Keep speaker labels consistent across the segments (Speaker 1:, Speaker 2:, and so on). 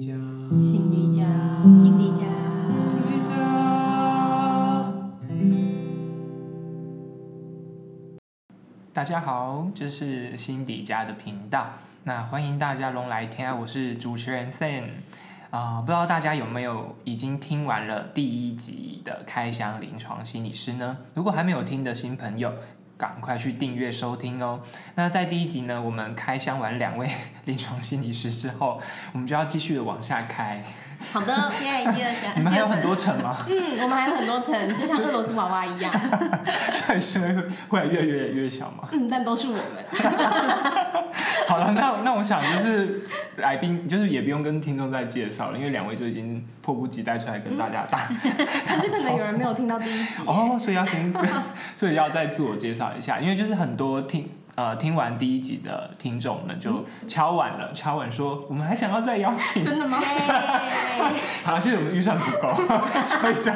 Speaker 1: 行李家，
Speaker 2: 行李家，
Speaker 3: 行李家。大家好，这是辛迪家的频道，那欢迎大家拢来听，我是主持人 Sam。啊、不知道大家有没有已经听完了第一集的开箱临床心理师呢？如果还没有听的新朋友，赶快去订阅收听哦。那在第一集呢，我们开箱完两位 临床心理师之后，我们就要继续的往下开。
Speaker 2: 好的，第二第二家，
Speaker 3: 你们还有很多层吗？
Speaker 1: 嗯，我们还有很多层，就像俄罗斯娃娃 一样，
Speaker 3: 所以声音会会越来越越小嘛。
Speaker 1: 嗯，但都是我们。
Speaker 3: 好了，那那我想就是来宾就是也不用跟听众再介绍了，因为两位就已经迫不及待出来跟大家打、
Speaker 1: 可是可能有人没有听到第一集，
Speaker 3: 哦，所以要先跟， 所以要再自我介绍一下，因为就是很多听。呃，听完第一集的听众们就敲碗了，敲碗说我们还想要再邀请，
Speaker 1: 真的吗？
Speaker 2: 耶
Speaker 3: 好，其实我们预算不够， 所以就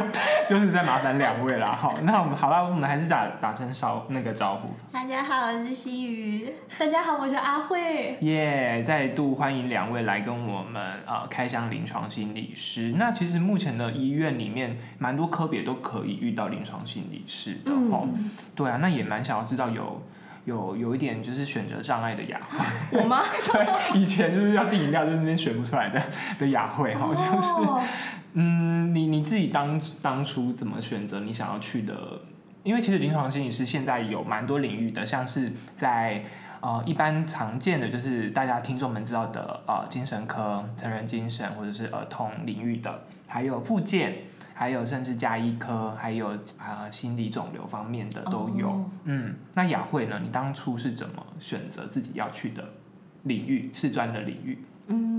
Speaker 3: 就是再麻烦两位啦。好，那我们好了，我们还是打打声招那个招呼吧
Speaker 2: 大家好，我是西鱼。
Speaker 1: 大家好，我是阿慧。
Speaker 3: 耶再度欢迎两位来跟我们呃开箱临床心理师。那其实目前的医院里面，蛮多科别都可以遇到临床心理师的哦、对啊，那也蛮想要知道有有有一点就是选择障碍的雅慧，
Speaker 1: 我吗？
Speaker 3: 对，以前就是要订饮料就是那边选不出来的的雅慧哈，就是
Speaker 1: 哦，
Speaker 3: 嗯，你你自己当当初怎么选择你想要去的？因为其实临床心理师现在有蛮多领域的，像是在呃一般常见的就是大家听众们知道的呃精神科、成人精神或者是儿童领域的，还有复健，还有甚至加医科，还有啊、呃心理肿瘤方面的都有。
Speaker 1: 哦
Speaker 3: 嗯，那雅慧呢？你当初是怎么选择自己要去的领域？次专的领域？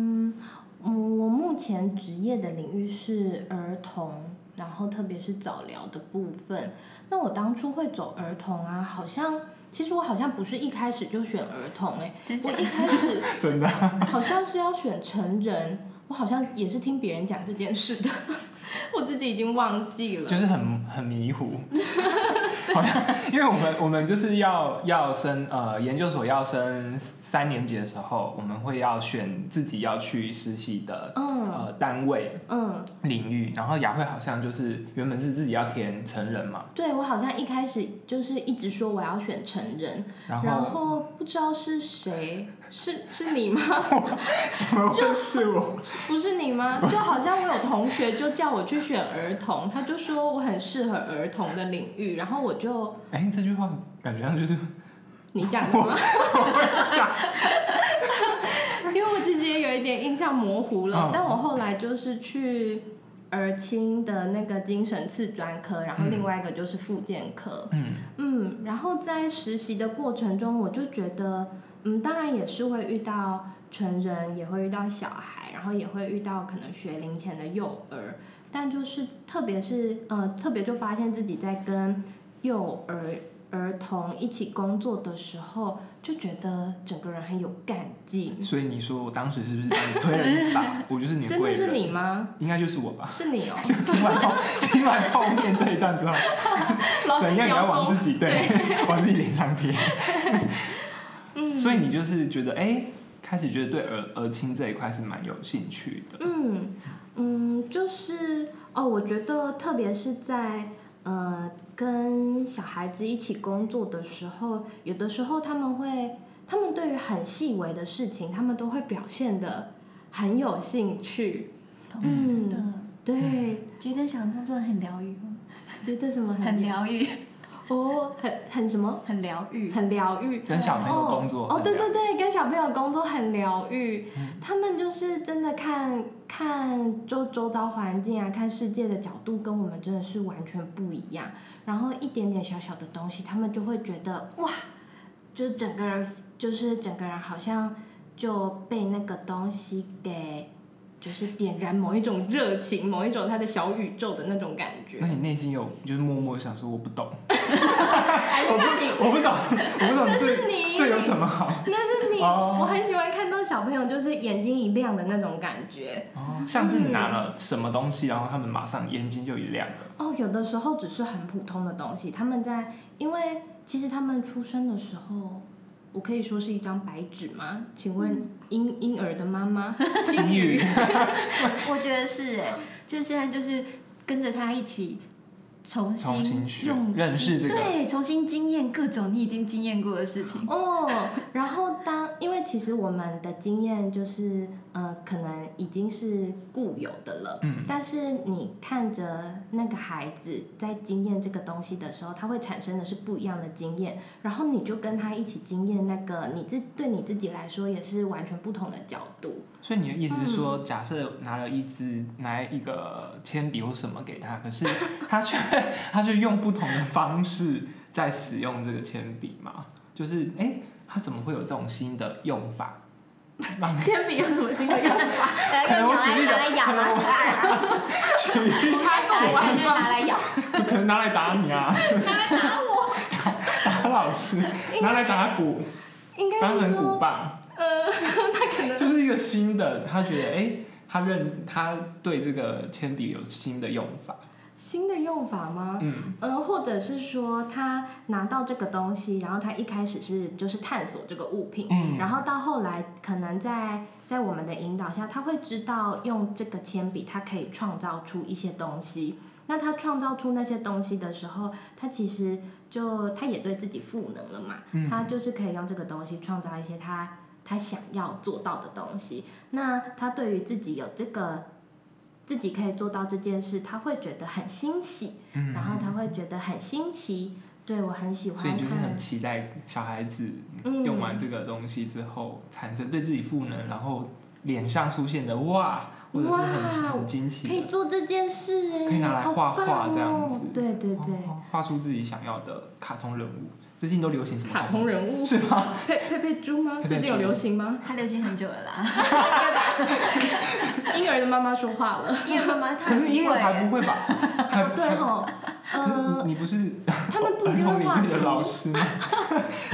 Speaker 1: 嗯，我目前职业的领域是儿童，然后特别是早疗的部分。那我当初会走儿童啊，好像其实我好像不是一开始就选儿童、欸，
Speaker 2: 真
Speaker 1: 我
Speaker 2: 假
Speaker 1: 一开 始
Speaker 3: 真的？
Speaker 1: 好像是要选成人，我好像也是听别人讲这件事的， 我自己已经忘记了。
Speaker 3: 就是很很迷糊， 好像因为我们我们就是要要升呃研究所要升三年级的时候，我们会要选自己要去实习的
Speaker 1: 嗯
Speaker 3: 呃单位
Speaker 1: 嗯，
Speaker 3: 领域，然后雅慧好像就是原本是自己要填成人嘛，
Speaker 1: 对我好像一开始就是一直说我要选成人，
Speaker 3: 然
Speaker 1: 然
Speaker 3: 后
Speaker 1: 后不知道是谁，是是你吗？
Speaker 3: 怎么会是我？
Speaker 1: 不是你吗？就好像我有同学就叫我去选儿童，他就说我很适合儿童的领域，然后我就
Speaker 3: 哎、这句话感觉上就是
Speaker 1: 你讲的吗？
Speaker 3: 我会讲，
Speaker 1: 因为我其实也有一点印象模糊了，
Speaker 3: 嗯
Speaker 1: 但我后来就是去儿青的那个精神次专科，然后另外一个就是复健科，
Speaker 3: 嗯
Speaker 1: 嗯然后在实习的过程中，我就觉得，嗯，当然也是会遇到成人，也会遇到小孩，然后也会遇到可能学龄前的幼儿，但就是特别是呃，特别就发现自己在跟幼儿。儿童一起工作的时候，就觉得整个人很有干劲，
Speaker 3: 所以你说我当时是不是把你推了一把？我就是你的
Speaker 1: 真
Speaker 3: 贵
Speaker 1: 的是
Speaker 3: 人，
Speaker 1: 你 吗？
Speaker 3: 应该就是我吧？
Speaker 1: 是你哦、
Speaker 3: 就听完后听完后面这一段之后。
Speaker 1: 老
Speaker 3: 怎样也要
Speaker 1: 老
Speaker 3: 往
Speaker 1: 公
Speaker 3: 自己对， 往自己脸上 贴。
Speaker 1: 嗯
Speaker 3: 所以你就是觉得，哎、开始觉得对儿儿青这一块是蛮有兴趣的。
Speaker 1: 嗯嗯，就是哦，我觉得特别是在呃跟小孩子一起工作的时候，有的时候他们会，他们对于很细微的事情，他们都会表现的很有兴趣。
Speaker 2: 嗯，真的，
Speaker 1: 对，
Speaker 2: 觉得小动作很疗愈吗，
Speaker 1: 觉得什么
Speaker 2: 很疗愈，
Speaker 1: 哦，很很什么，
Speaker 2: 很疗愈。
Speaker 1: 很疗愈。
Speaker 3: 跟小朋友工作
Speaker 1: 哦，哦
Speaker 3: 很
Speaker 1: 对
Speaker 3: 疗
Speaker 1: 对对，跟小朋友工作很疗愈。
Speaker 3: 嗯
Speaker 1: 他们就是真的看看周周遭环境啊，看世界的角度跟我们真的是完全不一样。然后一点点小小的东西，他们就会觉得哇，就是整个人就是整个人好像就被那个东西给。就是点燃某一种热情，某一种他的小宇宙的那种感觉
Speaker 3: 那。你内心有就是默默想说我不 懂，
Speaker 2: 还是自己
Speaker 3: 我不懂，我不懂
Speaker 1: 那
Speaker 3: 这
Speaker 1: 是你，
Speaker 3: 这有什么好？
Speaker 1: 那是你。
Speaker 3: 哦
Speaker 1: 我很喜欢看到小朋友就是眼睛一亮的那种感觉。
Speaker 3: 哦，像是你拿了什么东西，然后他们马上眼睛就一亮了。
Speaker 1: 哦，有的时候只是很普通的东西，他们在，因为其实他们出生的时候，我可以说是一张白纸吗？请问婴婴儿的妈妈 心
Speaker 3: 语
Speaker 1: 语，
Speaker 2: 我觉得是哎，就现在就是跟着他一起重
Speaker 3: 重新
Speaker 2: 新
Speaker 3: 学
Speaker 2: 用
Speaker 3: 认识这个
Speaker 2: 对，重新经验各种你已经经验过的事情。
Speaker 1: 哦，然后当因为其实我们的经验就是呃，可能已经是固有的了，
Speaker 3: 嗯
Speaker 1: 但是你看着那个孩子在经验这个东西的时候，他会产生的是不一样的经验，然后你就跟他一起经验那个你自对你自己来说也是完全不同的角度，
Speaker 3: 所以你的意思是
Speaker 1: 嗯
Speaker 3: 说，假设拿了一支拿一个铅笔或什么给他，可 是他却他却用不同的方式在使用这个铅笔嘛？就是哎、诶他怎么会有这种新的用法？
Speaker 1: 铅笔有什么新的用法？
Speaker 2: 来
Speaker 3: 可能我
Speaker 2: 拿
Speaker 3: 举
Speaker 2: 来
Speaker 3: 例的
Speaker 2: 拿来咬 啊，
Speaker 3: 举例
Speaker 2: 拆下来就拿来咬，
Speaker 3: 可能拿来打你啊，
Speaker 2: 拿来打我。
Speaker 3: 打老师，拿来打鼓，
Speaker 1: 应该
Speaker 3: 当
Speaker 1: 是
Speaker 3: 成鼓
Speaker 1: 说，
Speaker 3: 棒，
Speaker 1: 呃， 他可能
Speaker 3: 就是一个新的，他觉得哎、诶他认他对这个铅笔有新的用法，
Speaker 1: 新的用法吗？
Speaker 3: 嗯，
Speaker 1: 嗯，或者是说他拿到这个东西，然后他一开始是就是探索这个物品，
Speaker 3: 嗯
Speaker 1: 然后到后来可能在在我们的引导下，他会知道用这个铅笔，他可以创造出一些东西。那他创造出那些东西的时候，他其实就他也对自己赋能了嘛，
Speaker 3: 嗯
Speaker 1: 他就是可以用这个东西创造一些他他想要做到的东西。那他对于自己有这个自己可以做到这件事，他会觉得很欣喜。
Speaker 3: 嗯
Speaker 1: 然后他会觉得很新奇，对我很喜欢
Speaker 3: 所以
Speaker 1: 看。
Speaker 3: 你就是很期待小孩子
Speaker 1: 嗯
Speaker 3: 用完这个东西之后，产生对自己赋能，然后脸上出现的哇，或者是很
Speaker 1: 哇哦
Speaker 3: 很惊
Speaker 1: 可以
Speaker 3: 奇的，
Speaker 1: 做这件事哎，
Speaker 3: 可以拿来
Speaker 1: 好
Speaker 3: 画画
Speaker 1: 棒
Speaker 3: 这样
Speaker 1: 哦
Speaker 3: 子
Speaker 1: 对对对，
Speaker 3: 哦画出自己想要的卡通人物。最近都流行什么？
Speaker 1: 卡通人物啊
Speaker 3: 是吗？
Speaker 1: 佩佩佩猪吗？
Speaker 3: 佩佩
Speaker 1: 最近有
Speaker 3: 猪
Speaker 1: 流行吗？
Speaker 2: 他流行很久了 啦，
Speaker 1: 婴儿的妈妈说话了，
Speaker 2: 因为妈妈她
Speaker 3: 可
Speaker 2: 很
Speaker 3: 是因为还
Speaker 2: 会，
Speaker 3: 不会吧？还不
Speaker 1: 对哦，
Speaker 3: 可是
Speaker 1: 呃，
Speaker 3: 你不是
Speaker 1: 他们不一
Speaker 3: 儿
Speaker 1: 定
Speaker 3: 童
Speaker 1: 会画
Speaker 3: 领域的老
Speaker 1: 出，
Speaker 3: 师吗？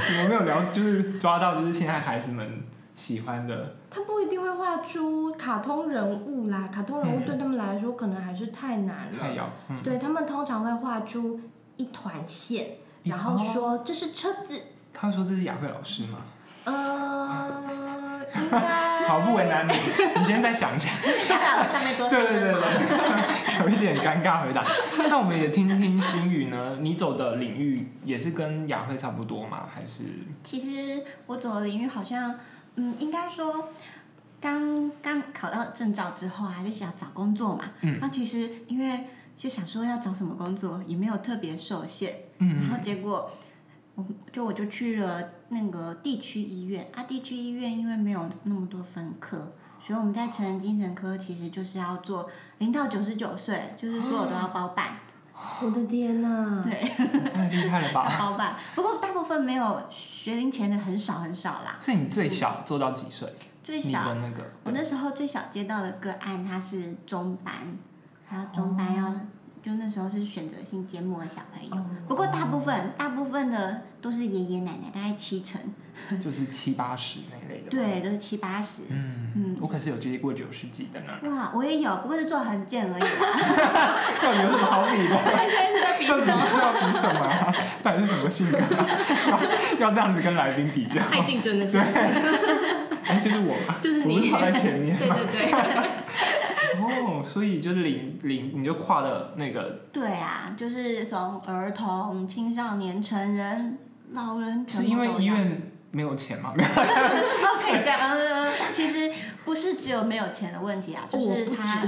Speaker 3: 怎么没有聊？就是抓到就是现在孩子们喜欢的，
Speaker 1: 他不一定会画出卡通人物啦，卡通人物
Speaker 3: 嗯
Speaker 1: 对他们来说可能还是太难
Speaker 3: 太
Speaker 1: 了，
Speaker 3: 遥，嗯，
Speaker 1: 对他们通常会画出一团线，
Speaker 3: 一
Speaker 1: 然后
Speaker 3: 哦
Speaker 1: 说这是车子，
Speaker 3: 他会说这是雅慧老师吗？
Speaker 1: 呃，应该
Speaker 3: 好不为难你，你先再想一下。
Speaker 2: 要在上面多
Speaker 3: 对
Speaker 2: 三
Speaker 3: 对
Speaker 2: 根
Speaker 3: 对
Speaker 2: 毛。
Speaker 3: 对，有一点尴尬回答。那我们也听听心语呢，你走的领域也是跟雅慧差不多吗？还是
Speaker 2: 其实我走的领域好像，嗯，应该说，刚刚考到证照之后啊，就想找工作嘛。
Speaker 3: 嗯
Speaker 2: 那其实因为就想说要找什么工作，也没有特别受限。然后
Speaker 3: 嗯
Speaker 2: 结果，我就我就去了那个地区医院啊，地区医院因为没有那么多分科。所以我们在成人精神科其实就是要做零到九十九岁，就是所有都要包办，
Speaker 1: 我的天呐、
Speaker 2: 对，
Speaker 3: 太厉害了
Speaker 2: 要
Speaker 3: 吧？
Speaker 2: 包办。不过大部分没有学龄前的很少很少啦，
Speaker 3: 所以你最小做到几岁？
Speaker 2: 最
Speaker 3: 你
Speaker 2: 少
Speaker 3: 的那个
Speaker 2: 我那时候最小接到的个案，他是中班，还有中班
Speaker 3: 哦
Speaker 2: 要、就那时候是选择性缄默的小朋友。不过大部分大部分的都是爷爷奶奶，大概七成，
Speaker 3: 就是七八十那类的。，
Speaker 2: 对，都是七八十。
Speaker 3: 嗯
Speaker 2: 嗯，
Speaker 3: 我可是有接过九十几的呢。
Speaker 2: 哇，我也有，不过是做横件而已啦。
Speaker 3: 到底有什么好比的？
Speaker 1: 他现在是在比
Speaker 3: 到底是要比什么啊、到底是什么性格、啊？要要这样子跟来宾比较？
Speaker 1: 爱竞争的心，
Speaker 3: 哎，就是我吗？
Speaker 1: 就是
Speaker 3: 我不
Speaker 1: 你
Speaker 3: 是跑在前面
Speaker 1: 对
Speaker 3: 吗？
Speaker 1: 对对，
Speaker 3: 哦，所以就是领领，你就跨了那个，
Speaker 2: 对啊，就是从儿童、青少年、成人、老人，
Speaker 3: 是
Speaker 2: 全部
Speaker 3: 因
Speaker 2: 都
Speaker 3: 为
Speaker 2: 要
Speaker 3: 医 院没有钱吗？
Speaker 2: 都可以这样。嗯嗯其实不是只有没有钱的问题啊，就
Speaker 1: 哦
Speaker 2: 是
Speaker 1: 不止
Speaker 2: 他。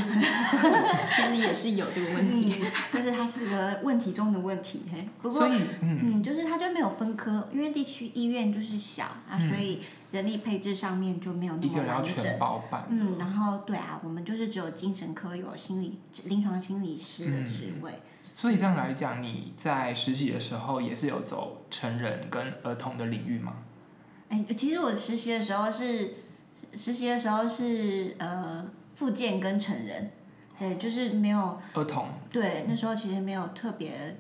Speaker 1: 其实也是有这个问题。
Speaker 2: 嗯，就是它是个问题中的问题。嘿，不
Speaker 3: 所
Speaker 2: 过
Speaker 3: 以嗯，
Speaker 2: 嗯，就是它就没有分科，因为地区医院就是小啊，
Speaker 3: 嗯
Speaker 2: 所以人力配置上面就没有那
Speaker 3: 一
Speaker 2: 么
Speaker 3: 个人要
Speaker 2: 完
Speaker 3: 全
Speaker 2: 整。
Speaker 3: 包办。
Speaker 2: 嗯，然后对啊，我们就是只有精神科有心理临床心理师的
Speaker 3: 嗯
Speaker 2: 职位。
Speaker 3: 所以这样来讲，你在实习的时候也是有走成人跟儿童的领域吗？
Speaker 2: 哎、其实我实习的时候是实习的时候是呃，复健跟成人，对，就是没有
Speaker 3: 儿童
Speaker 2: 对，那时候其实没有特别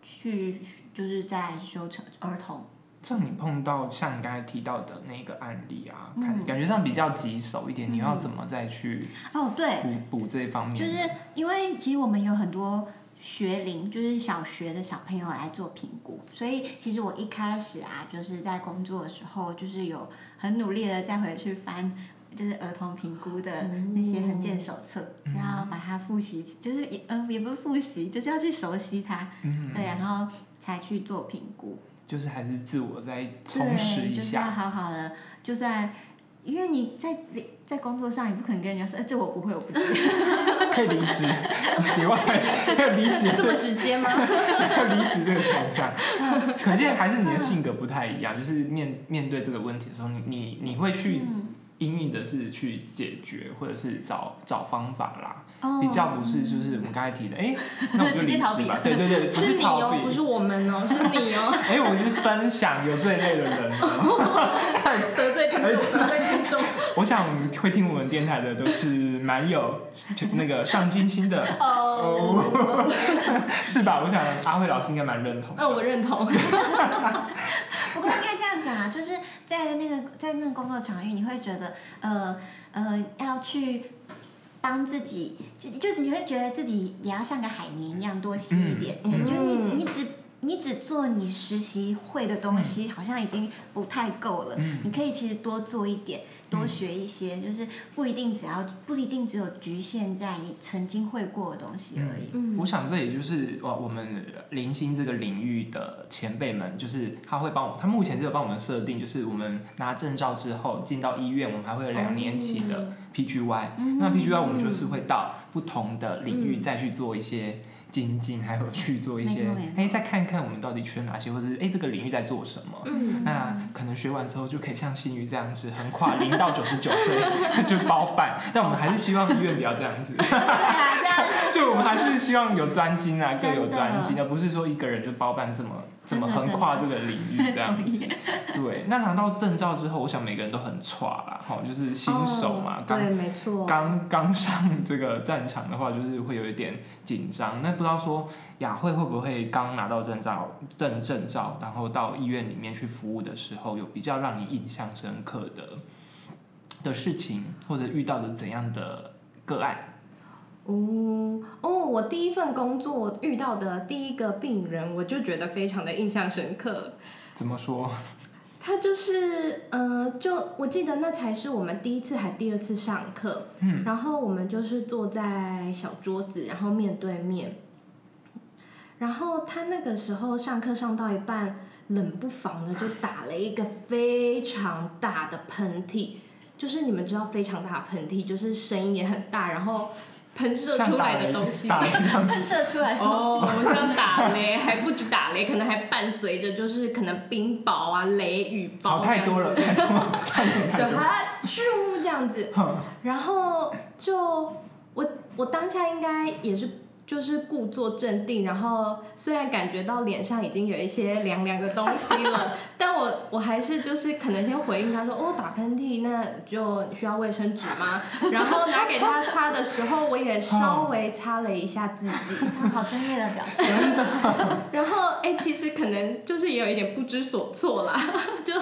Speaker 2: 去就是在修成儿童。
Speaker 3: 像你碰到哦像你刚才提到的那个案例啊，
Speaker 2: 嗯
Speaker 3: 看感觉上比较棘手一点，你要怎么再去
Speaker 2: 哦，对，
Speaker 3: 补补这一方面？
Speaker 2: 就是因为其实我们有很多学龄，就是小学的小朋友来做评估。所以其实我一开始啊，就是在工作的时候，就是有很努力的再回去翻，就是儿童评估的那
Speaker 3: 嗯
Speaker 2: 些横件手册，就要把它复习，就是也嗯、也不是复习，就是要去熟悉它，
Speaker 3: 嗯，
Speaker 2: 对，然后才去做评估。
Speaker 3: 就是还是自我再充实
Speaker 2: 对，
Speaker 3: 一
Speaker 2: 就是要
Speaker 3: 下，
Speaker 2: 好好的，就算因为你在在工作上，你不可能跟人家说，哎、这我不会，我不知道，
Speaker 3: 可以离职，别忘了要离职
Speaker 1: 这么直接吗？
Speaker 3: 要离职这个选项，可见还是你的性格不太一样。就是面面对这个问题的时候，你你你会去
Speaker 2: 嗯，
Speaker 3: 应运的是去解决，或者是找找方法啦，
Speaker 2: 哦
Speaker 3: 比较不是就是我们刚才提的，哎、那我就
Speaker 2: 直接
Speaker 3: 离
Speaker 2: 逃
Speaker 3: 职
Speaker 2: 避
Speaker 3: 吧。对对对，不
Speaker 1: 是你
Speaker 3: 逃
Speaker 1: 哦，不
Speaker 3: 避
Speaker 1: 是。我们哦，是你哦，
Speaker 3: 哎、我是分享有这一类的人哦。
Speaker 1: 得罪听众，得罪听众。
Speaker 3: 我想会听我们电台的都是蛮有就那个上进心的，
Speaker 1: 哦，
Speaker 3: 是吧？我想阿慧老师应该蛮认同的。
Speaker 1: 那我认同。
Speaker 2: 不过应该这样讲啊，就是在那个在那个工作场域，你会觉得呃呃要去帮自己，就就你会觉得自己也要像个海绵一样多吸一点，
Speaker 1: 嗯嗯
Speaker 2: 就你你只。你只做你实习会的东西，好像已经不太够了。
Speaker 3: 嗯
Speaker 2: 你可以其实多做一点，多学一些，就是不一定只要不一定只有局限在你曾经会过的东西而已。
Speaker 1: 嗯
Speaker 3: 我想这也就是哇，我们零星这个领域的前辈们，就是他会帮我，他目前是有帮我们设定，就是我们拿证照之后进到医院，我们还会有两年期的
Speaker 1: 哦
Speaker 3: PGY，、
Speaker 2: 嗯
Speaker 3: 那 PGY 我们就是会到不同的领域再去做一些。精进，还有去做一些
Speaker 2: 嗯没错没，错
Speaker 3: 哎，再看看我们到底缺哪些，或者是哎这个领域在做什么。
Speaker 1: 嗯，
Speaker 3: 那可能学完之后就可以像新宇这样子，横跨零到九十九岁 就包办。但我们还是希望医院不要这样子。
Speaker 2: 对啊，这样
Speaker 3: 就我们还是希望有专精啊，各
Speaker 2: 真的
Speaker 3: 有专精，而不是说一个人就包办这么这么横跨这个领域
Speaker 2: 啊
Speaker 3: 这样 子。对，那拿到证照之后，我想每个人都很歘啦，哈，就是新手嘛
Speaker 1: 哦，
Speaker 3: 刚
Speaker 1: 对，没错。
Speaker 3: 刚刚上这个战场的话，就是会有一点紧张。那不知道说雅慧会不会刚拿到证照证证照，然后到医院里面去服务的时候，有比较让你印象深刻的的事情，或者遇到的怎样的个案？
Speaker 1: 哦哦，我第一份工作遇到的第一个病人，我就觉得非常的印象深刻。
Speaker 3: 怎么说？
Speaker 1: 他就是，呃，就我记得那才是我们第一次还第二次上课，
Speaker 3: 嗯，
Speaker 1: 然后我们就是坐在小桌子，然后面对面。然后他那个时候上课上到一半，冷不防的就打了一个非常大的喷嚏，就是你们知道非常大的喷嚏，就是声音也很大，然后喷射
Speaker 3: 像
Speaker 1: 出
Speaker 3: 打
Speaker 1: 来
Speaker 3: 雷
Speaker 1: 的东西。
Speaker 3: 打雷这样子。
Speaker 2: 喷射出来的东西
Speaker 1: 哦，我像打雷， 还不止打雷，可能还伴随着就是可能冰雹啊、雷雨
Speaker 3: 好，
Speaker 1: 雹，
Speaker 3: 太多了，。太多了，太多了太
Speaker 1: 对，
Speaker 3: 多了。
Speaker 1: 它咻这样子，
Speaker 3: 哼
Speaker 1: 然后就我我当下应该也是就是故作镇定，然后虽然感觉到脸上已经有一些凉凉的东西 了，但我我还是就是可能先回应他说哦打喷嚏，那就需要卫生纸吗？然后拿给他擦的时候，我也稍微擦了一下自己，
Speaker 2: 哇 好专业的表现。
Speaker 1: 然后哎、其实可能就是也有一点不知所措啦， 就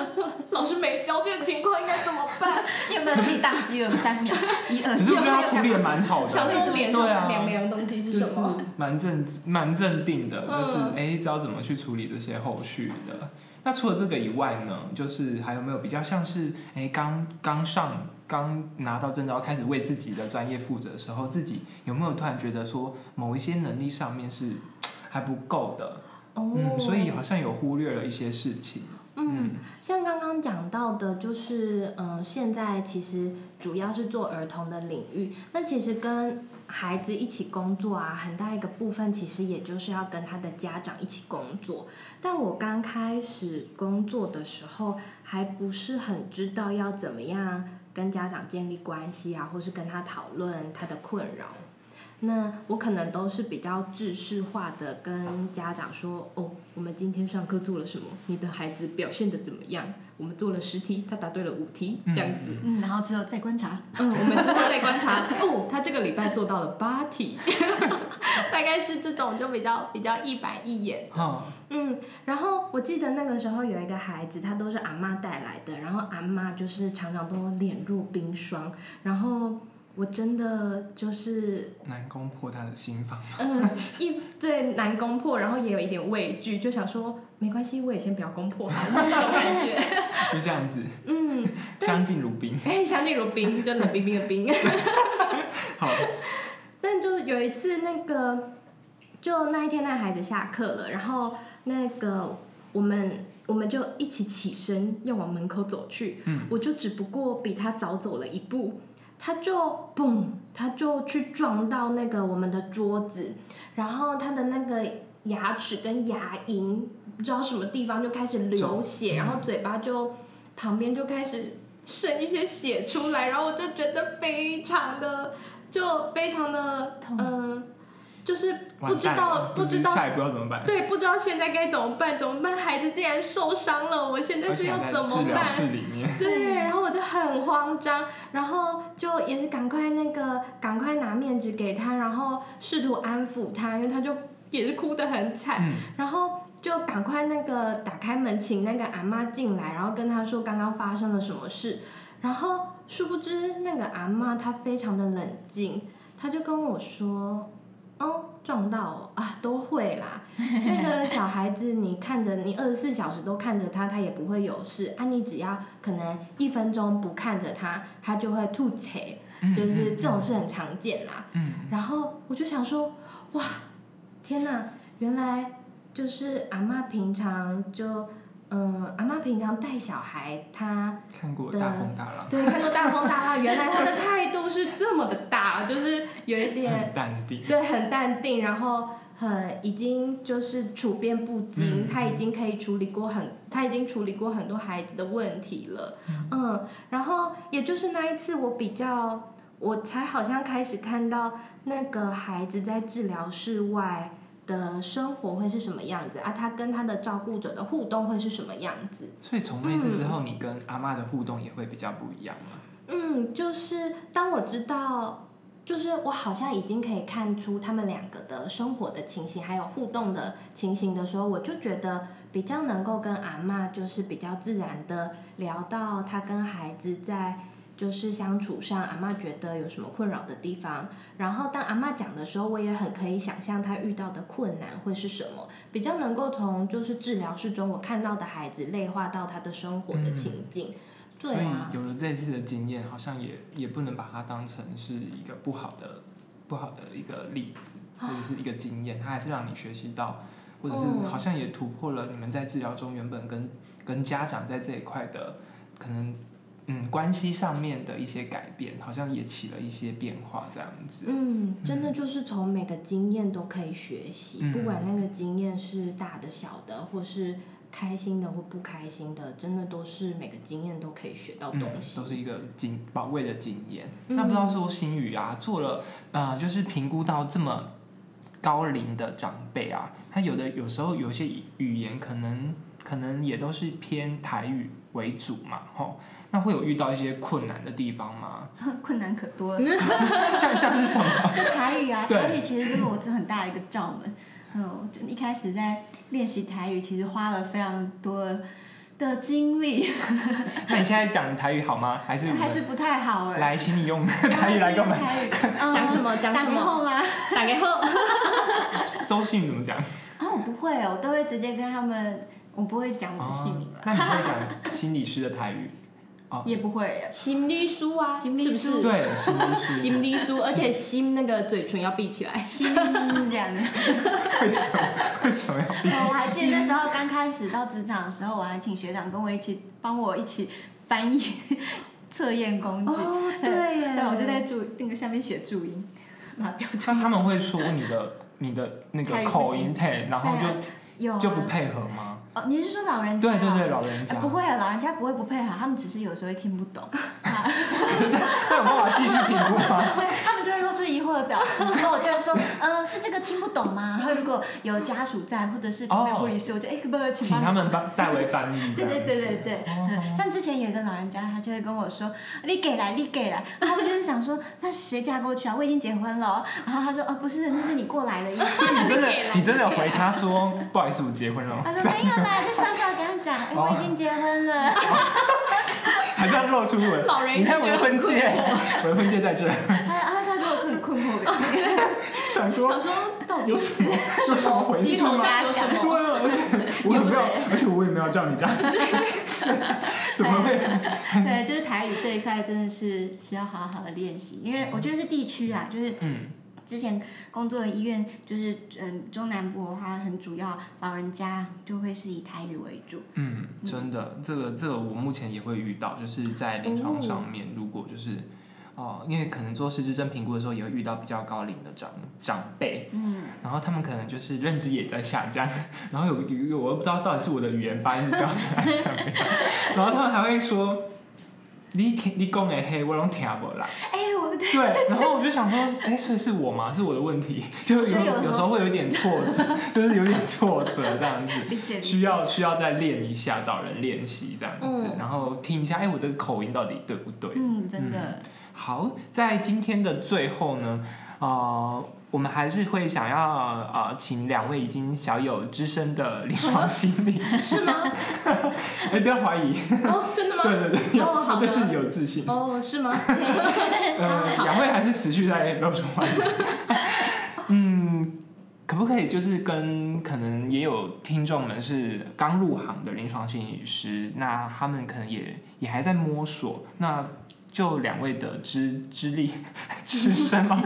Speaker 1: 老师没教这个情况应该怎么 办？
Speaker 2: 你有没有自己宕机了三秒？一二
Speaker 3: 可
Speaker 2: 三
Speaker 3: 是我觉得他处理的蛮好
Speaker 1: 想
Speaker 3: 的，
Speaker 1: 说脸上
Speaker 3: 对啊啊
Speaker 1: 的凉凉的东西是
Speaker 3: 就
Speaker 1: 什
Speaker 3: 是
Speaker 1: 么？
Speaker 3: 蛮镇蛮镇定的，就是
Speaker 1: 嗯
Speaker 3: 哎，知道怎么去处理这些后续的。那除了这个以外呢，就是还有没有比较像是哎刚刚上刚拿到证照开始为自己的专业负责的时候，自己有没有突然觉得说某一些能力上面是还不够的？
Speaker 1: 哦
Speaker 3: 嗯，所以好像有忽略了一些事情。
Speaker 1: 嗯，像刚刚讲到的，就是嗯、呃现在其实主要是做儿童的领域，那其实跟孩子一起工作啊，很大一个部分其实也就是要跟他的家长一起工作。但我刚开始工作的时候，还不是很知道要怎么样跟家长建立关系啊，或是跟他讨论他的困扰。那我可能都是比较制式化的跟家长说，哦，我们今天上课做了什么？你的孩子表现的怎么样？我们做了十题，他答对了五题，这样子。
Speaker 2: 嗯，然后之后再观察。
Speaker 1: 嗯，我们之后再观察。哦，他这个礼拜做到了八题， 大概是这种就比较比较一板一眼。
Speaker 3: 哈、
Speaker 1: 嗯，然后我记得那个时候有一个孩子，他都是阿嬷带来的，然后阿嬷就是常常都脸若冰霜，然后我真的就是，
Speaker 3: 难攻破他的心房。
Speaker 1: 嗯，一对难攻破，然后也有一点畏惧，就想说没关系，我也先不要攻破好了，那种感觉。
Speaker 3: 就这样子，
Speaker 1: 嗯，
Speaker 3: 相敬如宾。
Speaker 1: 哎，相敬如宾，就冷冰冰的冰。
Speaker 3: 好，
Speaker 1: 但就是有一次那个，就那一天那孩子下课了，然后那个我们我们就一起起身要往门口走去，
Speaker 3: 嗯
Speaker 1: 我就只不过比他早走了一步。他就嘣，他就去撞到那个我们的桌子，然后他的那个牙齿跟牙龈不知道什么地方就开始流血，
Speaker 3: 肿嗯
Speaker 1: 然后嘴巴就旁边就开始渗一些血出来，然后我就觉得非常的就非常的
Speaker 2: 痛
Speaker 1: 嗯、就是不
Speaker 3: 完
Speaker 1: 知
Speaker 3: 蛋
Speaker 1: 道
Speaker 3: 了
Speaker 1: 不知道
Speaker 3: 下一步要怎么办？
Speaker 1: 对不知道现在该怎么办，怎么办？孩子竟然受伤了，我现在
Speaker 3: 而
Speaker 1: 是
Speaker 3: 且
Speaker 1: 要
Speaker 3: 还在
Speaker 1: 怎
Speaker 3: 治
Speaker 1: 么
Speaker 3: 疗
Speaker 1: 办？
Speaker 3: 室里面，
Speaker 1: 对，然后我就很慌张，然后就也是赶快那个赶快拿面纸给他，然后试图安抚他，因为他就也是哭得很惨，
Speaker 3: 嗯，
Speaker 1: 然后就赶快那个打开门，请那个阿妈进来，然后跟她说刚刚发生了什么事，然后殊不知那个阿妈她非常的冷静，她就跟我说，哦撞到哦啊都会啦，那个小孩子你看着你二十四小时都看着他，他也不会有事啊，你只要可能一分钟不看着他，他就会吐血，
Speaker 3: 嗯
Speaker 1: 就是这种，事很常见啦。
Speaker 3: 嗯，
Speaker 1: 然后我就想说，哇，天哪，原来就是阿妈平常就，嗯，阿妈平常带小孩，她
Speaker 3: 嗯看过大风大浪，
Speaker 1: 对看过大风大浪，原来她的态度是这么的大，就是有一点
Speaker 3: 很淡定，
Speaker 1: 对很淡定，然后很已经就是处变不惊，
Speaker 3: 嗯
Speaker 1: 她已经可以处理过很，她已经处理过很多孩子的问题了，嗯，然后也就是那一次我比较。我才好像开始看到那个孩子在治疗室外的生活会是什么样子啊，他跟他的照顾者的互动会是什么样子？
Speaker 3: 所以从那次之后，你跟阿妈的互动也会比较不一样嘛？
Speaker 1: 嗯，就是当我知道，就是我好像已经可以看出他们两个的生活的情形，还有互动的情形的时候，我就觉得比较能够跟阿妈就是比较自然的聊到他跟孩子在。就是相处上，阿妈觉得有什么困扰的地方，然后当阿妈讲的时候，我也很可以想象她遇到的困难会是什么，比较能够从就是治疗室中我看到的孩子内化到他的生活的
Speaker 3: 嗯
Speaker 1: 情境。对
Speaker 3: 所以
Speaker 1: 啊，
Speaker 3: 有了这次的经验，好像也也不能把它当成是一个不好的不好的一个例子，
Speaker 1: 啊
Speaker 3: 或者是一个经验，它还是让你学习到，或者是
Speaker 1: 嗯
Speaker 3: 好像也突破了你们在治疗中原本跟跟家长在这一块的可能嗯关系上面的一些改变，好像也起了一些变化这样子。
Speaker 1: 嗯，真的就是从每个经验都可以学习，
Speaker 3: 嗯
Speaker 1: 不管那个经验是大的、小的，或是开心的或不开心的，真的都是每个经验都可以学到
Speaker 3: 嗯
Speaker 1: 东西。
Speaker 3: 都是一个经宝贵的经验。
Speaker 1: 嗯
Speaker 3: 那不知道说心宇啊，做了呃，就是评估到这么高龄的长辈啊，他有的有时候有些语言可能可能也都是偏台语为主嘛，吼，那会有遇到一些困难的地方吗？
Speaker 2: 困难可多了，
Speaker 3: 像像是什么？
Speaker 2: 就台语啊，
Speaker 3: 嗯对
Speaker 2: 台语其实就是我这很大的一个罩门。嗯，就一开始在练习台语，其实花了非常多的精力，
Speaker 3: 那你现在讲台语好吗？还是我们
Speaker 2: 还是不太好哎。
Speaker 3: 来，请你用 台语来跟我们
Speaker 2: 台语，嗯
Speaker 1: 讲什么讲
Speaker 2: 打
Speaker 1: 什
Speaker 2: 给
Speaker 1: 么，
Speaker 2: 后吗？
Speaker 1: 打给后，
Speaker 3: 周信宇怎么讲？
Speaker 2: 啊，我不会，我都会直接跟他们，我不会讲我的姓名
Speaker 3: 哦
Speaker 2: 了，
Speaker 3: 那你会讲心理师的台语？哦，
Speaker 2: 也不会。
Speaker 1: 心理书啊，
Speaker 2: 心理
Speaker 1: 是不是？
Speaker 3: 对，心理师。
Speaker 1: 心理书，而且心那个嘴唇要闭起来。
Speaker 2: 心这样的。
Speaker 3: 为什么 为什么要 逼？
Speaker 2: 哦我还记得那时候刚开始到职场的时候，我还请学长跟我一起帮我一起翻译 测验工具，
Speaker 1: 哦
Speaker 2: 对
Speaker 1: 耶
Speaker 2: 但我就在注那个下面写注音，把它标 注。
Speaker 3: 像他们会说你的你的那
Speaker 2: 台
Speaker 3: 个
Speaker 2: 语不
Speaker 3: 口
Speaker 2: 行
Speaker 3: 音太，然后就
Speaker 2: 有啊
Speaker 3: 就不配合吗？
Speaker 2: 哦，你是说老人家？
Speaker 3: 对对对，。老人家
Speaker 2: 不会啊，老人家不会不配合，他们只是有时候会听不懂，
Speaker 3: 这有办法继续评估 吗？
Speaker 2: 他们就会露出疑惑的表情，所以我就会说，嗯，是这个听不懂吗？然后如果有家属在，或者是旁边护理师，我就哎，可不可以
Speaker 3: 哦请
Speaker 2: 帮
Speaker 3: 他们帮代为翻译。
Speaker 2: 对对对对对，
Speaker 3: 这样哦子。
Speaker 2: 嗯，像之前有一个老人家，他就会跟我说：“你给来，你给来。”然后我就是想说，那谁嫁过去啊？我已经结婚了哦。然后他说：“哦，不是，那是你过来的意
Speaker 3: 所
Speaker 2: 思。
Speaker 3: 以你 真的
Speaker 1: 你给啦
Speaker 3: 你真的有
Speaker 1: 你给啦
Speaker 3: 回他说不好意思我结婚了”吗？
Speaker 2: 他说：“没有啦，就笑笑跟他讲，哎，我已经结婚了。
Speaker 3: 还是要露出我的
Speaker 1: 老人
Speaker 3: 你看我
Speaker 1: 觉得
Speaker 3: 的
Speaker 1: 很
Speaker 3: 婚戒，我的婚戒在这。”
Speaker 2: 困惑表现，
Speaker 3: 想说
Speaker 1: 想说到底是
Speaker 3: 是怎么回
Speaker 2: 鸡
Speaker 3: 事
Speaker 2: 同
Speaker 3: 吗？
Speaker 2: 鸭讲
Speaker 3: 对啊，而且我也没有
Speaker 2: 有谁，
Speaker 3: 而且我也没有叫你这样， 怎么会？
Speaker 2: 对，就是台语这一块真的是需要好好的练习，因为我觉得是地区啊，就是
Speaker 3: 嗯
Speaker 2: 之前工作的医院就是嗯中南部的话，很主要老人家就会是以台语为主。
Speaker 3: 嗯，真的，这个这个我目前也会遇到，就是在临床上面，如果就是。哦，因为可能做失智症评估的时候，也会遇到比较高龄的长长辈，
Speaker 2: 嗯，
Speaker 3: 然后他们可能就是认知也在下降， 然后有有有我又不知道到底是我的语言发音标准还是怎么样，然后他们还会说，你听你讲的嘿，我拢听不啦，
Speaker 2: 哎、我
Speaker 3: 对，然后我就想说，哎、所以是我吗？是我的问题， 就
Speaker 2: 我觉
Speaker 3: 有
Speaker 2: 得有
Speaker 3: 有
Speaker 2: 的时候
Speaker 3: 时候会有一点挫折， 就是有点挫折这样子。
Speaker 2: 理解
Speaker 3: 需要需要再练一下，找人练习这样子，
Speaker 1: 嗯
Speaker 3: 然后听一下，哎、我的口音到底对不对？
Speaker 2: 嗯，真的，
Speaker 3: 好，在今天的最后呢，呃，我们还是会想要呃，请两位已经小有资深的临床心 理师，
Speaker 1: 是吗？
Speaker 3: 哎、不要怀疑，
Speaker 1: 哦，真的吗？
Speaker 3: 对对对，有
Speaker 1: 哦好的
Speaker 3: 对自己有自信。
Speaker 1: 哦，是吗？
Speaker 3: 呃，两位还是持续在露出欢迎。嗯，可不可以就是跟可能也有听众们是刚入行的临床心理师，那他们可能也也还在摸索，那就两位的资资 历资深嘛，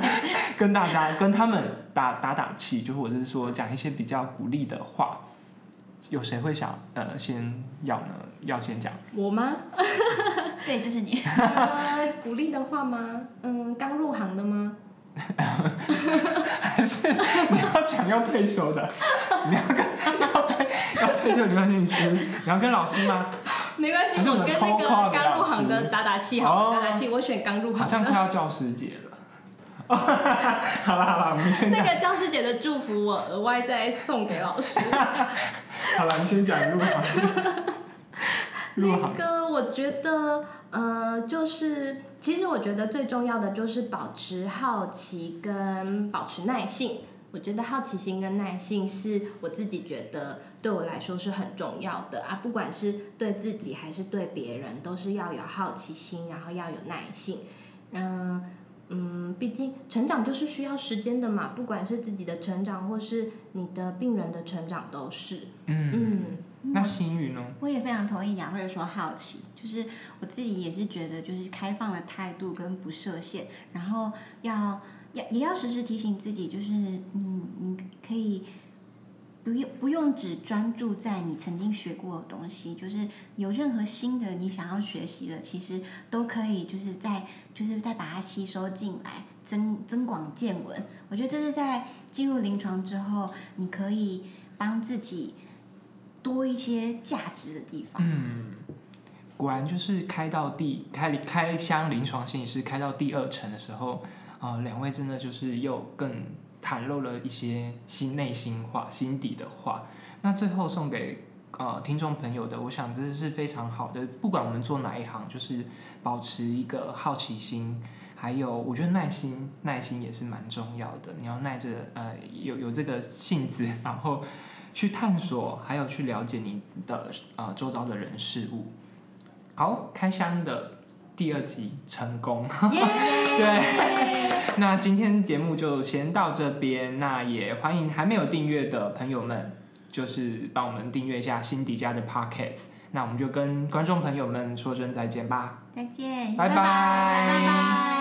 Speaker 3: 跟大家跟他们打打打气，就或者是说讲一些比较鼓励的话。有谁会想呃先要呢？要先讲，
Speaker 1: 我 吗？
Speaker 3: 嗯
Speaker 2: 对，就是你。
Speaker 1: 呃鼓励的话吗？嗯，刚入行的吗？
Speaker 3: 还是你要讲要退休的？ 你要跟要退要退休的刘心理师，你要跟老师吗？
Speaker 1: 没关系，
Speaker 3: 还是我
Speaker 1: 我
Speaker 3: 们
Speaker 1: 跟那
Speaker 3: call- call
Speaker 1: 个刚入行的打打气好
Speaker 3: 哦
Speaker 1: 了，打打气，我选刚入
Speaker 3: 好
Speaker 1: 行
Speaker 3: 像
Speaker 1: 的。
Speaker 3: 快要教师节了。 好啦好啦，我们先
Speaker 1: 那
Speaker 3: 讲，
Speaker 1: 个教师节的祝福，我额外再送给老师。
Speaker 3: 好 了，你先讲入行。入
Speaker 1: 那
Speaker 3: 行，
Speaker 1: 个，我觉得，呃，就是，其实我觉得最重要的就是保持好奇跟保持耐性。我觉得好奇心跟耐性是我自己觉得对我来说是很重要的啊，不管是对自己还是对别人，都是要有好奇心，然后要有耐性。嗯嗯，毕竟成长就是需要时间的嘛，不管是自己的成长或是你的病人的成长都是。
Speaker 3: 嗯，
Speaker 1: 嗯
Speaker 3: 那心语呢？
Speaker 2: 我也非常同意雅慧说好奇，就是我自己也是觉得，就是开放的态度跟不设限，然后要要也要时时提醒自己，就是嗯，你可以不用不用只专注在你曾经学过的东西，就是有任何新的你想要学习的，其实都可以就是在就是再把它吸收进来，增增广见闻。我觉得这是在进入临床之后，你可以帮自己。多一些价值的地方。
Speaker 3: 嗯，果然就是开到第开开箱临床心理师开到第二层的时候，呃，两位真的就是又更袒露了一些心内心话、心底的话。那最后送给呃听众朋友的，我想这是非常好的。不管我们做哪一行，就是保持一个好奇心。还有，我觉得耐心，耐心也是蛮重要的。你要耐着，呃，有有这个性子，然后去探索，还有去了解你的呃周遭的人事物。好，开箱的第二集成功。
Speaker 1: 耶！
Speaker 3: 对那今天节目就先到这边，那也欢迎还没有订阅的朋友们，就是帮我们订阅一下辛迪家的 Podcast。那我们就跟观众朋友们说声再见吧。
Speaker 2: 再见，
Speaker 3: 拜拜
Speaker 2: 拜拜。